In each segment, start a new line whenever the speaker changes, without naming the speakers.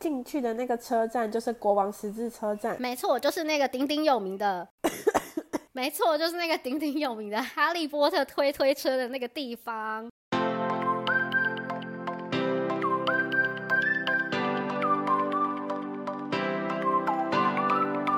进去的那个车站就是国王十字车站，
没错，就是那个鼎鼎有名的， 没错，就是那个鼎鼎有名的哈利波特推推车的那个地方。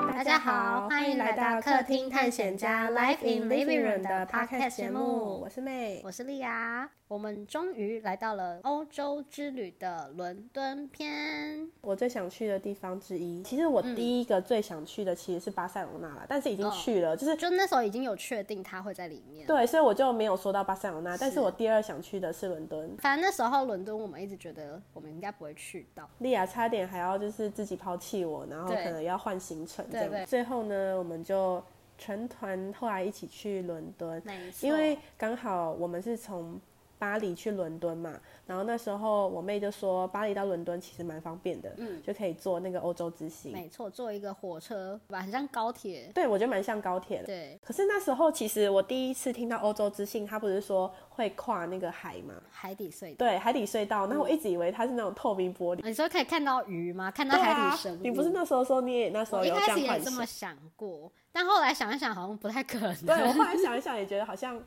大
大家好，欢迎来到客厅探险家 Life in Living Room 的 Podcast
Podcast
节
节
目
目，我是妹。
我是莉亚，我们终于来到了欧洲之旅的伦敦篇。
我最想去的地方之一，其实我第一个最想去的其实是巴塞罗那啦，但是已经去了，就是
就那时候已经有确定他会在里面。
对，所以我就没有说到巴塞罗那，但是我第二想去的是伦敦。
反正那时候伦敦，我们一直觉得我们应该不会去到。
莉亚差点还要就是自己抛弃我，然后
对
可能要换行程这
对对
样。最后呢，我们就全团后来一起去伦敦，
没错，
因为刚好我们是从巴黎去伦敦嘛，然后那时候我妹就说巴黎到伦敦其实蛮方便的，
嗯
就可以坐那个欧洲之行。
没错，坐一个火车吧，很像高铁。
对，我觉得蛮像高铁的。
对，
可是那时候，其实我第一次听到欧洲之星，它不是说会跨那个海吗？
海底隧道。
对，海底隧
嗯
道。那我一直以为它是那种透明玻璃。
你说可以看到鱼吗？看到海底生物？
对啊你不是那时候说你也那时候
我一
有
开
样
始也
幻
这
想
么？想过，但后来想一想，好像不太可
对，我
能，
后来想一想也觉得好像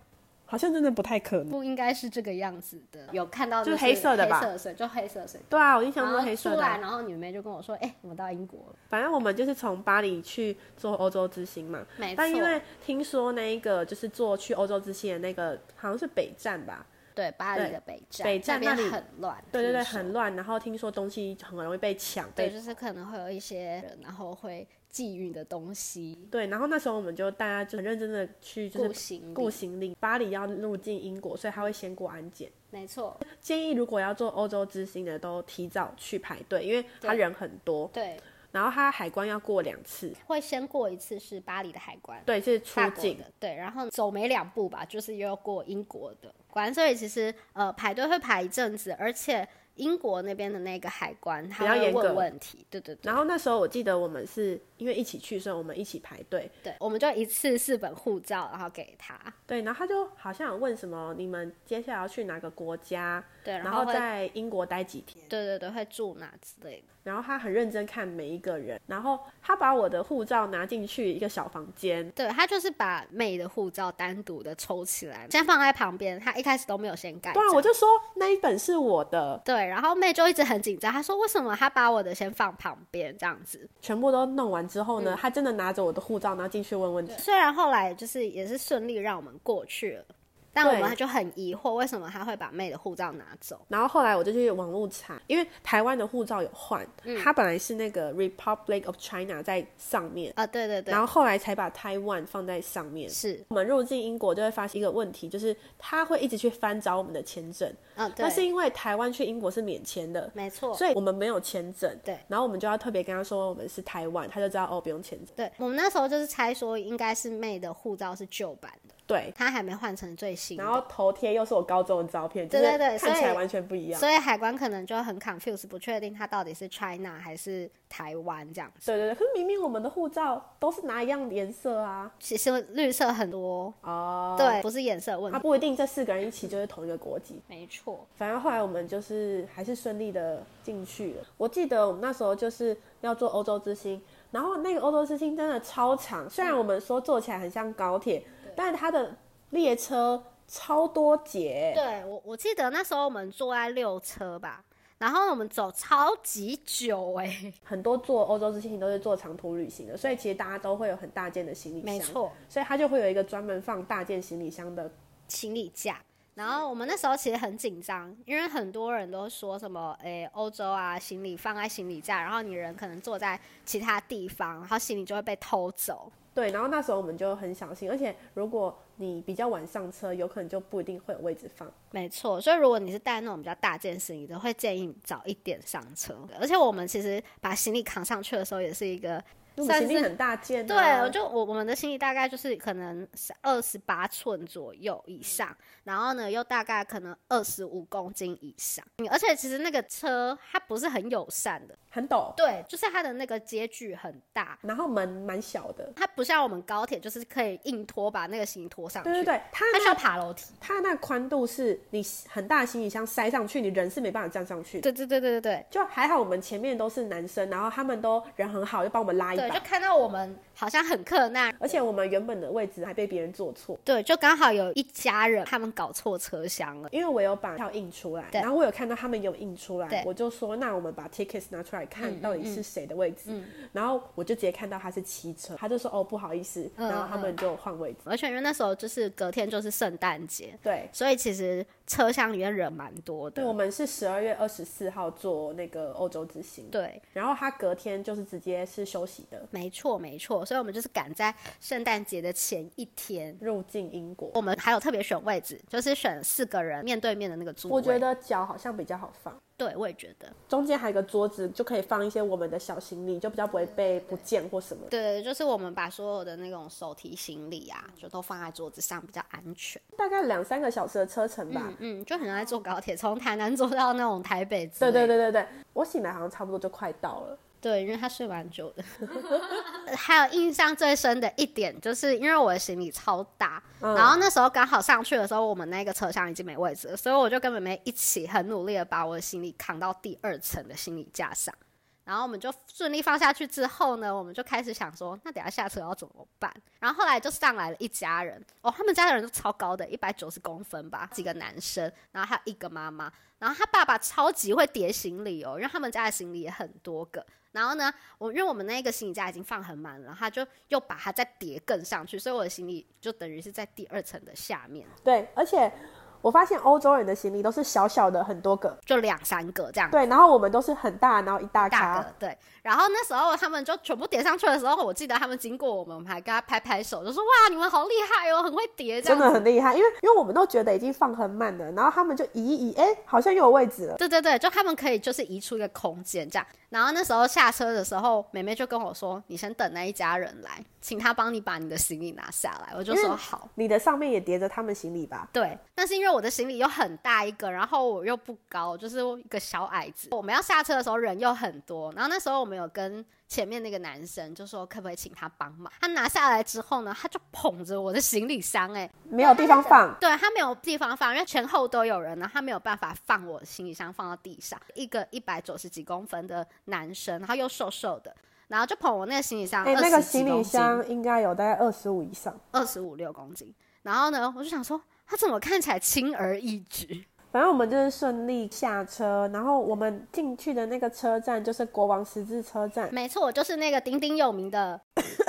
好像真的不太可能。
不应该是这个样子的。有看到
就是
是
黑色的吧
黑色的水就黑色的水。
对啊，我印象
然
中
后
是黑色
出
的啊
来，。然哦后你妹就跟我说：“哎、我们到英国了。
反正我们就是从巴黎去做欧洲之星嘛。”
没错，
但因为听说那一个就是坐去欧洲之星的那个好像是北站吧，
对巴黎
对
的北站，
北站
那
那
边
里
很乱，
对对对，
听说
很乱。然后听说东西很容易被抢，被
对，就是可能会有一些人，然后会寄运的东西，
对，然后那时候我们就大家就很认真的去就
顾
是
行
雇
李，
行李，巴黎要入境英国，所以他会先过安检。
没错，
建议如果要做欧洲之星的，都提早去排队，因为他
对
人很多，
对，
然后他海关要过两次，
会先过一次是巴黎的海关，
对，是出
大国
境。
的，对，然后走没两步吧，就是又要过英国的关，所以其实呃排队会排一阵子，而且英国那边的那个海关他
较
会
严格
问问题，对对对
然后那时候我记得我们是因为一起去，所以我们一起排队，
对，我们就一次四本护照，然后给他，
对，然后他就好像有问什么你们接下来要去哪个国家，
对，
然
后
后
会，
在英国待几天。
对对对，会住哪之类的。
然后他很认真看每一个人，然后他把我的护照拿进去一个小房间，
对他就是把妹的护照单独的抽起来，先放在旁边。他一开始都没有先盖
对
章。
啊，我就说那一本是我的，
对，然后妹就一直很紧张，她说为什么他把我的先放旁边这样子？
全部都弄完之
嗯
后呢，他真的拿着我的护照，然后进去问问题。
虽然后来就是也是顺利让我们过去了，但我们
对
就很疑惑为什么他会把妹的护照拿走。
然后后来我就去网络查，因为台湾的护照有换，
嗯
他本来是那个 Republic of China 在上面，
啊、对对对
然，后后来才把 Taiwan 放在上面。
是，
我们入境英国就会发现一个问题，就是他会一直去翻找我们的签证，
嗯、
那是
对，
因为台湾去英国是免签的，
没错。
所以我们没有签证。
对，
然后我们就要特别跟他说我们是台湾，他就知道哦不用签证。
对我们那时候就是猜说，应该是妹的护照是旧版的，
对，
她还没换成最新的
然后头贴又是我高中的照片，
对对对
就是看起
所以
来完全不一样。
所以海关可能就很 confused，不确定他到底是 China 还是台湾这样子。
对对对，可是明明我们的护照都是拿一样的颜色啊。
其实绿色很多，
哦，
对，不是颜色的问
啊，
题，
不一定这四个人一起就是同一个国籍。
没错，
反正后来我们就是还是顺利的进去了。我记得我们那时候就是要坐欧洲之星，然后那个欧洲之星真的超长，虽然我们说坐起来很像高铁，但是它的列车超多节。
对我我记得那时候我们坐在六车吧，然后我们走超级久哎、
很多做欧洲之星都是做长途旅行的，所以其实大家都会有很大件的行李箱，
没错，
所以它就会有一个专门放大件行李箱的。
行李架。然后我们那时候其实很紧张，因为很多人都说什么，诶，欧洲啊，行李放在行李架，然后你人可能坐在其他地方，然后行李就会被偷走。
对，然后那时候我们就很小心，而且如果你比较晚上车，有可能就不一定会有位置放。
没错，所以如果你是带那种比较大件行李的，会建议你早一点上车。而且我们其实把行李扛上去的时候，也是一个
因为我
算
们
是
行李很大件、
对，
啊，
我就我我们的行李大概就是可能二十八寸左右以上，然后呢又大概可能二十五公斤以上。嗯而且其实那个车它不是很友善的，
很陡，
对，就是它的那个间距很大，
然后门蛮小的。
它不像我们高铁，就是可以硬拖把那个行李拖上去。
对对对，它
它需
那
要爬楼梯。
它那宽度是你很大的行李箱塞上去，你人是没办法站上去的。
对对对对对
就还好我们前面都是男生，然后他们都人很好，就帮我们拉
对
一
对，就
把。
看到我们好像很困难，
而且我们原本的位置还被别人坐错，
对，就刚好有一家人他们搞错车厢了。
因为我有把票印出来，
对
然后我有看到他们有印出
对
来，我就说那我们把 tickets 拿出来看
嗯
到底是谁的位置，然后我就直接看到他是骑车，他就说哦不好意思，
嗯
然后他们就换位置。
而且因为那时候就是隔天就是圣诞节，
对，
所以其实车厢里面人蛮多
对，
的。
我们是十二月二十四号做那个欧洲之行，
对，
然后他隔天就是直接是休息的，
没错没错，所以我们就是赶在圣诞节的前一天。
入境英国。
我们还有特别选位置，就是选四个人面对面的那个座位。
我觉，得脚好像比较好放，
对，我也觉得，
中间还有一个桌子，就可以放一些我们的小行李，就比较不会被不见或什么。
对，就是我们把所有的那种手提行李啊，就都放在桌子上，比较安全。
大概两三个小时的车程吧。
嗯嗯，就很爱坐高铁，从台南坐到那种台北之
对
类的。
对对对对，我醒来好像差不多就快到了。
对，因为他睡蛮久的。 还有印象最深的一点，就是因为我的行李超大，然后那时候刚好上去的时候，我们那个车厢已经没位置了，所以我就跟妹妹一起很努力的把我的行李扛到第二层的行李架上。然后我们就顺利放下去之后呢，我们就开始想说，那等一下下车要怎么办？然后后来就上来了一家人，哦，他们家的人都超高的，一百九十公分吧，几个男生，然后还有一个妈妈，然后他爸爸超级会叠行李哦，因为他们家的行李也很多个，然后呢，我因为我们那个行李架已经放很满了，然后他就又把它再叠更上去，所以我的行李就等于是在第二层的下面，
对，而且我发现欧洲人的行李都是小小的很多个，
就两三个这样。
对，然啊后我们都是很大，然后一大
大
咖。
个对，然后那时候他们就全部叠上去的时候，我记得他们经过我们，我们还跟他拍拍手，就说哇，你们好厉害哦，很会叠这
真
样
的
子。
很厉害，因为因为我们都觉得已经放很满了，然后他们就移一移，哎、好像又有位置了。
对对对，就他们可以就是移出一个空间这样。然后那时候下车的时候，妹妹就跟我说：“你先等那一家人来，请他帮你把你的行李拿下来。”我就
因为
说好。
你的上面也叠着他们行李吧？
对，但是因为我的行李又很大一个，然后我又不高，就是一个小矮子。我们要下车的时候人又很多，然后那时候我们有跟前面那个男生就说可不可以请他帮忙。他拿下来之后呢，他就捧着我的行李箱、欸，
没有地方放，
对他没有地方放，因为前后都有人呢，他没有办法放我行李箱放到地上。一个一百九十几公分的男生，然后又瘦瘦的，然后就捧我那个行李箱，
哎、
啊二
那个
十几
行李
公斤。
箱应该有大概二十五以上。
二十五六公斤。然后呢，我就想说，他怎么看起来轻而易举？
反正我们就是顺利下车，然后我们进去的那个车站就是国王十字车站，
没错，就是那个鼎鼎有名的，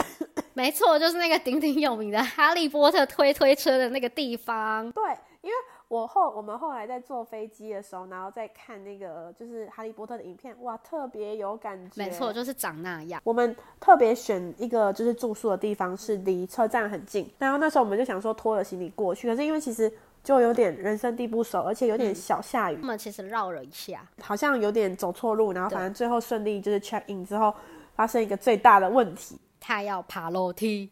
没错，就是那个鼎鼎有名的《哈利波特》推推车的那个地方。
对，因为我后我们后来在坐飞机的时候，然后再看那个就是哈利波特的影片，哇，特别有感觉。
没错，，就是长那样。
我们特别选一个就是住宿的地方是离车站很近，然后那时候我们就想说拖着行李过去，可是因为其实就有点人生地不熟，而且有
嗯
点小下雨，
我们其实绕了一下，
好像有点走错路，然后反正最后顺利就是 check in 之后，发生一个最大的问题，
他要爬楼梯，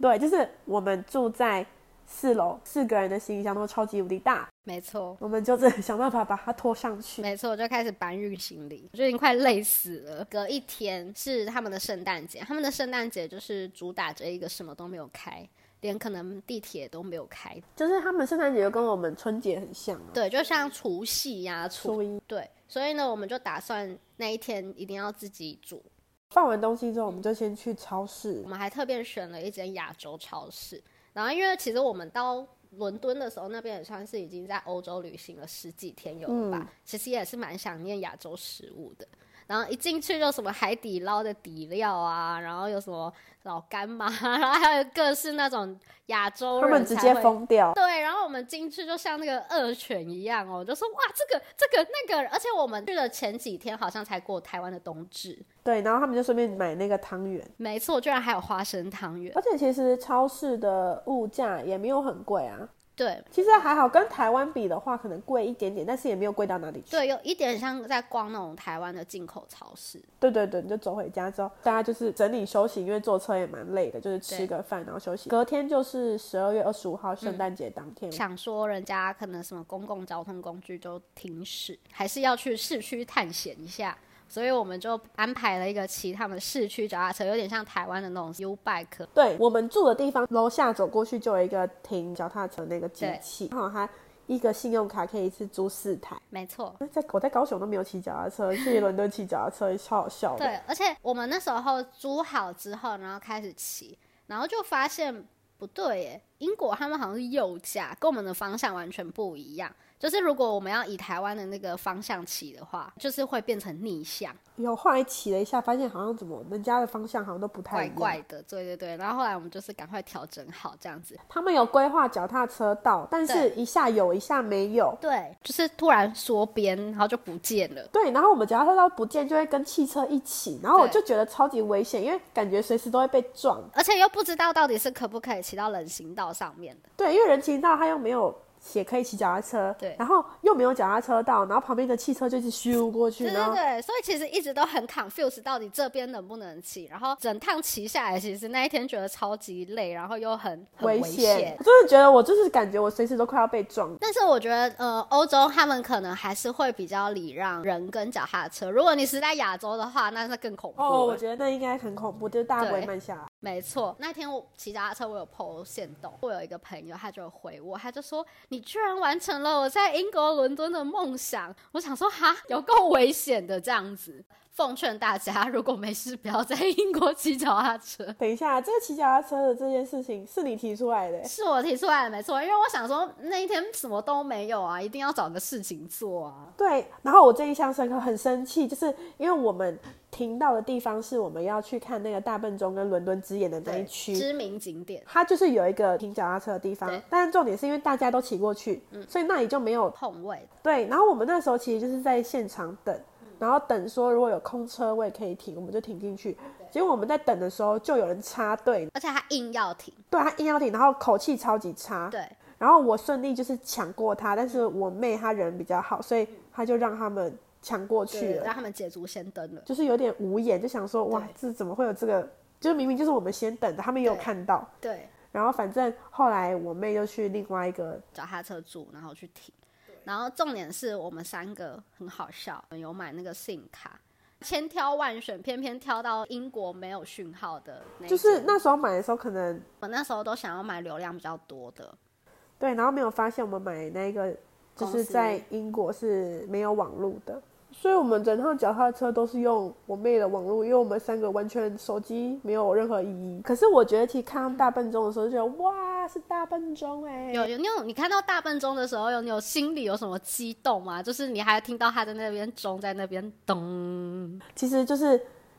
对，就是我们住在四楼，四个人的行李箱都超级无敌大，
没错。
我们就是想办法把它拖上去。
没错，就开始搬运行李，我就已经快累死了。隔一天是他们的圣诞节，他们的圣诞节就是主打着一个什么都没有开，连可能地铁都没有开。
就是他们圣诞节就跟我们春节很像啊，
对，就像除夕呀、除
初一
对，所以呢，我们就打算那一天一定要自己煮。
放完东西之后，我们就先去超市
我，们还特别选了一间亚洲超市，然后因为其实我们到伦敦的时候，那边也算是已经在欧洲旅行了十几天有了吧，
嗯
其实也是蛮想念亚洲食物的。然后一进去就什么海底捞的底料啊，然后有什么老干妈，啊然后还有各式那种亚洲
他
人
们直
才
接
会
疯掉。
对，然后我们进去就像那个恶犬一样哦，就说哇，这个这个那个，而且我们去的前几天好像才过台湾的冬至，
对，然后他们就顺便买那个汤圆，
没错，居然还有花生汤圆，
而且其实超市的物价也没有很贵啊，
对
其实还好，跟台湾比的话可能贵一点点，但是也没有贵到哪里去。
对，有一点像在逛那种台湾的进口超市，
对对对，你就走回家之后，大家就是整理休息，因为坐车也蛮累的，就是吃
对嗯
个饭然后休息。隔天就是十二月二十五号圣诞节当天，
想说人家可能什么公共交通工具都停驶，还是要去市区探险一下。所以我们就安排了一个骑他们市区脚踏车，有点像台湾的那种 U bike，
对我们住的地方，楼下走过去就有一个停脚踏车那个机器，然后它一个信用卡可以一次租四台。
没错。
那在我在高雄都没有骑脚踏车， 去伦敦骑脚踏车超好笑的。
对，而且我们那时候租好之后，然后开始骑，然后就发现不对耶，英国他们好像是右驾，跟我们的方向完全不一样。就是如果我们要以台湾的那个方向骑的话，就是会变成逆向，
有后来骑了一下，发现好像怎么人家的方向好像都不太一
怪
样。
怪的。对对对，然后后来我们就是赶快调整好这样子。
他们有规划脚踏车道，但是一下有一下没有。
对，就是突然缩边，然后就不见了。
对，然后我们脚踏车道不见就会跟汽车一起，然后我
对
就觉得超级危险，因为感觉随时都会被撞。
而且又不知道到底是可不可以骑到人行道上面的，
对，因为人行道它又没有也可以骑脚踏车，
对
然后又没有脚踏车道，然后旁边的汽车就是咻过去，
对
然
对
后
对，所以其实一直都很 confused，到底这边能不能骑？然后整趟骑下来，其实那一天觉得超级累，然后又很很危
险。我真的觉得我就是感觉我随时都快要被撞。
但是我觉得，呃，欧洲他们可能还是会比较礼让人跟脚踏车。如果你是在亚洲的话，那是更恐怖了。
哦，我觉得那应该很恐怖，就是大家不会
对
慢下来。
没错，那天我骑脚踏车，我有 PO 线动，我有一个朋友，他就回我，他就说：“你居然完成了我在英国伦敦的梦想。”我想说，哈，有够危险的这样子。奉劝大家，如果没事，不要在英国骑脚踏车。
等一下，这个骑脚踏车的这件事情是你提出来的欸，
是我提出来的，没错，因为我想说那一天什么都没有啊，一定要找个事情做啊。
对。然后我这印象深刻，很生气，就是因为我们停到的地方是我们要去看那个大笨钟跟伦敦之眼的那
对，
一区，
知名景点
它就是有一个停脚踏车的地方
对，嗯
但是重点是因为大家都骑过去，所以那里就没有
空位，
对。然后我们那时候其实就是在现场等，
嗯
然后等说如果有空车位可以停，我们就停进去。结果我们在等的时候，就有人插队，
而且他硬要停。
对他硬要停，然后口气超级差。
对，
然后我顺利就是抢过他，但是我妹她人比较好，所以她就让他们抢过
对
去了
让，他们捷足先登了。
就是有点无言，就想说哇，这怎么会有这个？就是明明就是我们先等的，他们也有
对
看到。
对，
然后反正后来我妹就去另外一个
脚踏车住，然后去停。然后重点是我们三个很好笑，有买那个 SIM 卡，千挑万选，偏偏挑到英国没有讯号的那一
就
种。
是那时候买的时候可能
我那时候都想要买流量比较多的，
对，然后没有发现我们买那个就
公
是
司
在英国是没有网络的，所以我们整趟脚踏车都是用我妹的网络，因为我们三个完全手机没有任何意义。可是我觉得其实看到大笨钟的时候，就觉得哇是大笨钟哎、
有有你有你看到大笨钟的时候，有你有心里有什么激动吗？就是你还听到他在那边钟在那边咚，
其实就是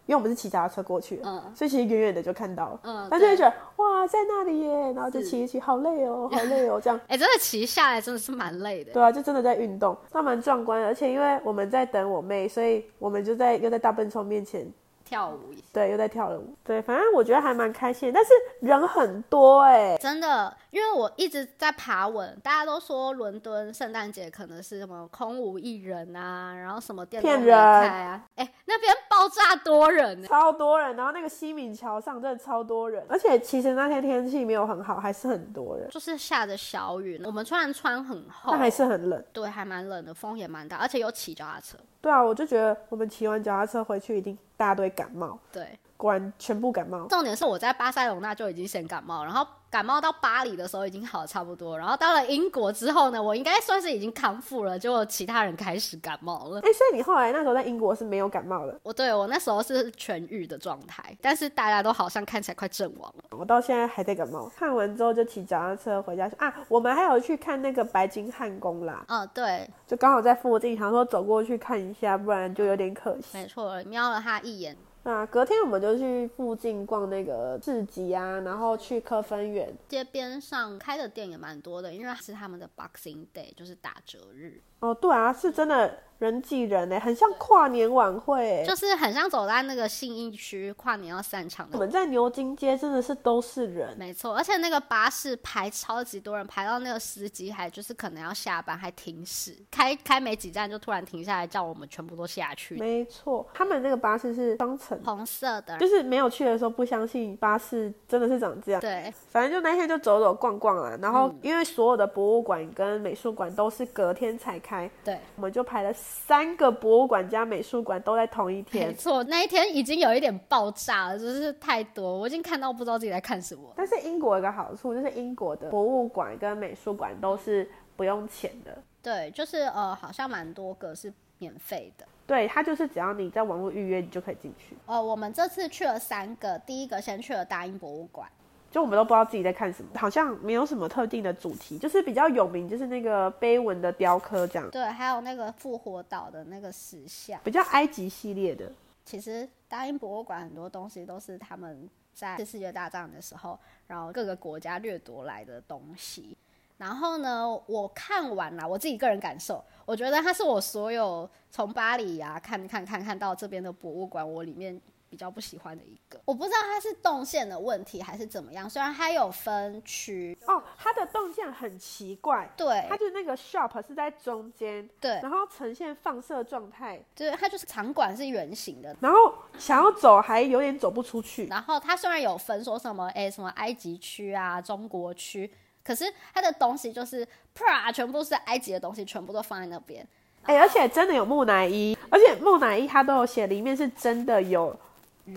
因为我们是骑脚踏车过去的，
嗯
所以其实远远的就看到了，
嗯
但是就
对
觉得哇在那里耶，然后就是骑一骑，好累哦，好累哦这样。
哎、真的骑下来真的是蛮累的。
对啊，就真的在运动，那蛮壮观的。而且因为我们在等我妹，所以我们就在又在大笨钟面前，
跳舞一下。
对，又在跳了舞。对，反正我觉得还蛮开心的，但是人很多哎、
真的，因为我一直在爬文，大家都说伦敦圣诞节可能是什么空无一人啊，然后什么店都
骗
没
人
开啊，哎、那边爆炸多人呢、
超多人。然后那个西敏桥上真的超多人，而且其实那天天气没有很好，还是很多人，
就是下着小雨，我们虽然穿很厚
但，还是很冷。
对，还蛮冷的，风也蛮大，而且有骑脚踏车，
对啊，我就觉得我们骑完脚踏车回去，一定大家都会感冒。
对。
果然全部感冒，
重点是我在巴塞隆那就已经先感冒，然后感冒到巴黎的时候已经好得差不多，然后到了英国之后呢，我应该算是已经康复了，结果其他人开始感冒了。
哎、所以你后来那时候在英国是没有感冒的，
我对我那时候是痊愈的状态，但是大家都好像看起来快阵亡了。
我到现在还在感冒。看完之后就骑脚踏车回家去啊，我们还有去看那个白金汉宫啦，
嗯，对，
就刚好在附近，想说走过去看一下，不然就有点可惜。
没错，瞄了他一眼。
那隔天我们就去附近逛那个市集啊，然后去科芬园。
街边上开的店也蛮多的，因为是他们的 Boxing Day，就是打折日，
哦，对啊，是真的人挤人呢、欸很像跨年晚会、欸。
就是很像走在那个信义区跨年要散场
我
的。
们在牛津街真的是都是人，
没错，而且那个巴士排超级多人，排到那个司机还就是可能要下班还停驶，开开没几站就突然停下来叫我们全部都下去。
没错，他们那个巴士是双层，
红色的，
就是没有去的时候不相信巴士真的是长这样。
对，
反正就那天就走走逛啊逛啦，然后因为所有的博物馆跟美术馆都是隔天才开，
对，
我们就排了三个博物馆加美术馆都在同一
没
天，
错，那一天已经有一点爆炸了，就是太多，我已经看到不知道自己在看什么。
但是英国有个好处就是英国的博物馆跟美术馆都是不用钱的，
对，就是呃，好像蛮多个是免费的。
对，它就是只要你在网络预约，你就可以进去。
呃，我们这次去了三个，第一个先去了大英博物馆，
就我们都不知道自己在看什么，好像没有什么特定的主题，就是比较有名就是那个碑文的雕刻这样，
对，还有那个复活岛的那个石像。
比较埃及系列的。
其实大英博物馆很多东西都是他们在世界大战的时候，然后各个国家掠夺来的东西。然后呢，我看完了，我自己个人感受，我觉得它是我所有从巴黎啊看看看看到这边的博物馆，我里面比较不喜欢的一个。我不知道它是动线的问题还是怎么样，虽然它有分区，
哦，它的动线很奇怪，
对
它就是那个 shop 是在中间，
哎对，
然后呈现放射状态，
就是它就是场馆是圆形的，
然后想要走还有点走不出去。
然后它虽然有分说什么诶什么埃及区啊、中国区，可是它的东西就是啪，全部是埃及的东西，全部都放在那边。
哎、而且真的有木乃伊，而且木乃伊它都有写，里面是真的有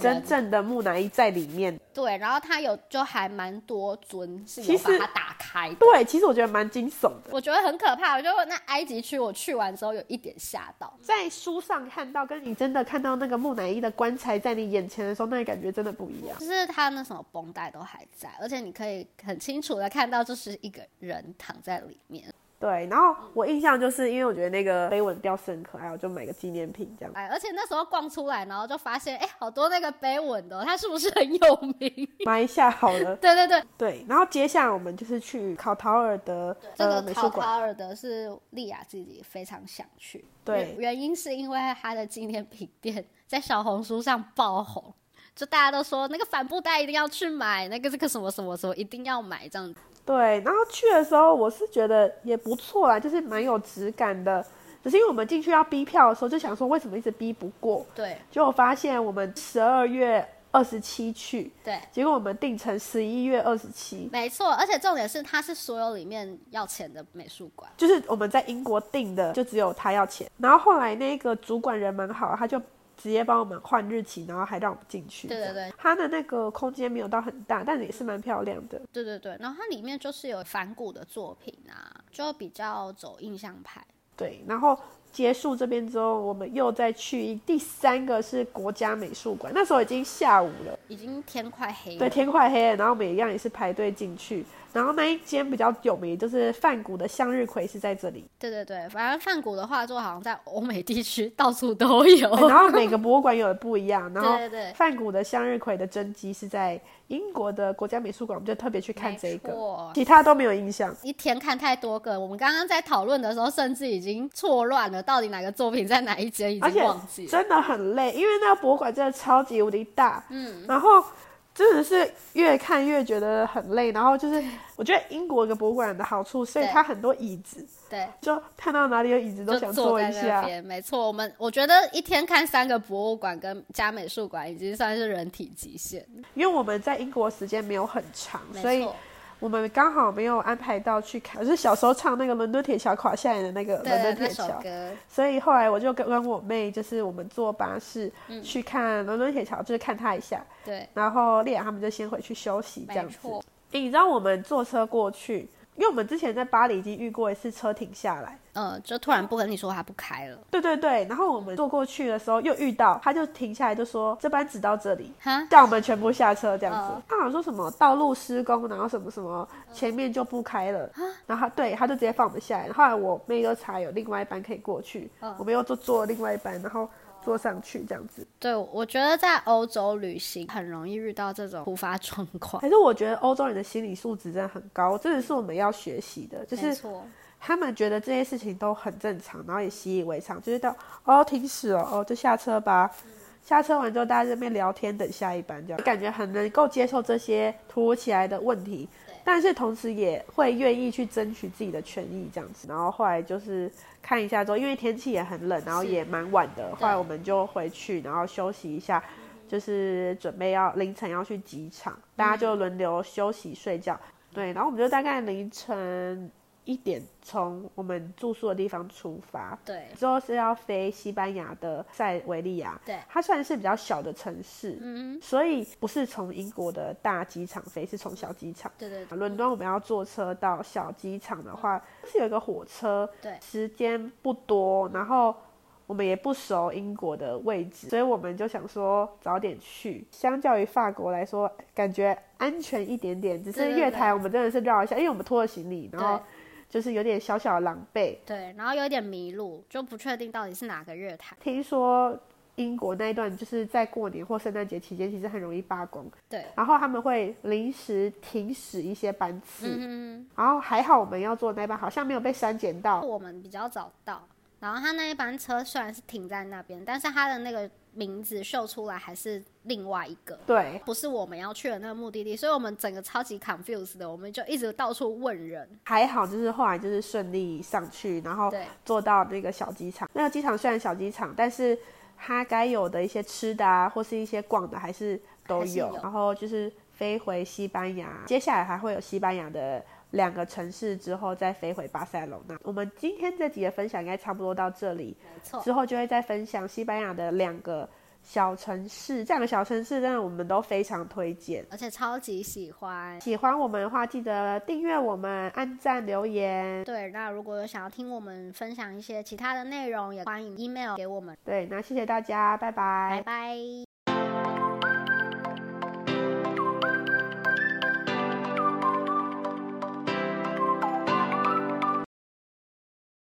真正的木乃伊在里面。
对，然后它有就还蛮多尊是
其
有把
实
它打开的，
对，其实我觉得蛮惊悚的。
我觉得很可怕。我就那埃及区我去完之后有一点吓到，
在书上看到，跟你真的看到那个木乃伊的棺材在你眼前的时候，那个感觉真的不一样。
就是它那什么绷带都还在，而且你可以很清楚的看到就是一个人躺在里面。
对，然后我印象就是因为我觉得那个碑文雕饰很可爱，我就买个纪念品这样。
哎，而且那时候逛出来，然后就发现哎，好多那个碑文的哦、它是不是很有名？ ，
买一下好了
对对对，
对，然后接下来我们就是去考陶尔德
这
呃
个
美
考
术
卡
馆，
尔的是莉亚自己非常想去，
对
原原因是因为她的纪念品店在小红书上爆红，就大家都说那个帆布袋一定要去买，那个这个什么什么什么一定要买这样子。
对，然后去的时候我是觉得也不错啦，就是蛮有质感的，只是因为我们进去要逼票的时候就想说为什么一直逼不过，
对
结果发现我们十二月二十七去，
对，
结果我们定成十一月二十七，
没错，而且重点是它是所有里面要钱的美术馆。
就是我们在英国订的，就只有他要钱。然后后来那个主管人蛮好，他就直接帮我们换日期，然后还让我们进去。
对对对，
他的那个空间没有到很大，但是也是蛮漂亮的。
对对对，然后它里面就是有反骨的作品啊，就比较走印象派。
对，然后结束这边之后，我们又再去第三个是国家美术馆，那时候已经下午了，
已经天快黑了，
对，天快黑了，然后我们一样也是排队进去。然后那一间比较有名，就是梵谷的向日葵是在这里，
对对对，反正梵谷的画作好像在欧美地区到处都有。
对哎然后每个博物馆有的不一样，然后
哦对对对，
梵谷的向日葵的真迹是在英国的国家美术馆，我们就特别去看这
没
个，
错
其他都没有印象。
一天看太多个，我们刚刚在讨论的时候，甚至已经错乱了，到底哪个作品在哪一间已
而
经
且
忘记了。
真的很累，因为那个博物馆真的超级无敌大，嗯，然后真的是越看越觉得很累，然后就是我觉得英国一个博物馆的好处，所以
对
它很多椅子，
对，
就看到哪里有椅子都
就
想
坐
坐
在
一
那
下。
边，没错。我们我觉得一天看三个博物馆跟加美术馆，已经算是人体极限。
因为我们在英国时间没有很长，
没
所以
错，
我们刚好没有安排到去看，就是小时候唱那个伦敦铁桥垮下来的那个伦
对
敦
那
铁
首
桥。
歌，
所以后来我就跟跟我妹，就是我们坐巴士、
嗯
去看伦敦铁桥，就是看她一下，
对，
然后丽雅他们就先回去休息这
没
样子。
错。
诶你知道我们坐车过去，因为我们之前在巴黎已经遇过一次车停下来，
嗯，就突然不跟你说他不开了，
对对对，然后我们坐过去的时候又遇到，他就停下来就说这班只到这里。
哈，
叫我们全部下车，这样
嗯
子。他好像说什么道路施工，然后什么什么，前面就不开了。
啊
然后他对，他就直接放我们下来。后来我妹就查有另外一班可以过去，
嗯
我们又坐坐另外一班，然后坐上去这样子。
对，我觉得在欧洲旅行很容易遇到这种突发状况。
还是我觉得欧洲人的心理素质真的很高，这个是我们要学习的，就
没
是
错，
他们觉得这些事情都很正常，然后也习以为常，就是到哦停驶哦，哦就下车吧。下车完之后，大家在那边聊天，等下一班这样，感觉很能够接受这些突如其来的问题，但是同时也会愿意去争取自己的权益这样子。然后后来就是看一下之后，因为天气也很冷，然后也蛮晚的，后来我们就回去，然后休息一下，就是准备要凌晨要去机场，大家就轮流休息睡觉。对，然后我们就大概凌晨一点从我们住宿的地方出发，
对
之后是要飞西班牙的塞维利亚，
对
它算是比较小的城市，嗯，所以不是从英国的大机场飞，是从小机场。
对对对
啊伦敦我们要坐车到小机场的话，是有一个火车，
嗯对
时间不多，然后我们也不熟英国的位置，所以我们就想说早点去。相较于法国来说，感觉安全一点点，只
对
是
对
月
对
台我们真的是绕一下，因为我们拖了行李，然后
对
就是有点小小的狼狈。
对，然后有点迷路，就不确定到底是哪个月台。
听说英国那一段就是在过年或圣诞节期间，其实很容易罢工，
对，
然后他们会临时停驶一些班次，
嗯
然后还好我们要坐那班，好像没有被删减
哼，
到。
我们比较早到，然后他那一班车虽然是停在那边，但是他的那个名字秀出来还是另外一个。
对，
不是我们要去的那个目的地，所以我们整个超级 confused 的，我们就一直到处问人。
还好就是后来就是顺利上去，然后
对
坐到那个小机场。那个机场虽然小机场，但是它该有的一些吃的啊，或是一些逛的还是都
还是有
然后就是飞回西班牙，接下来还会有西班牙的。两个城市之后再飞回巴塞隆纳。我们今天这集的分享应该差不多到这里，
没错，
之后就会再分享西班牙的两个小城市。这两个小城市真的我们都非常推荐。
而且超级喜欢。
喜欢我们的话，记得订阅我们、按赞、留言。
对，那如果有想要听我们分享一些其他的内容，也欢迎 email 给我们。
对，那谢谢大家，拜拜
拜拜。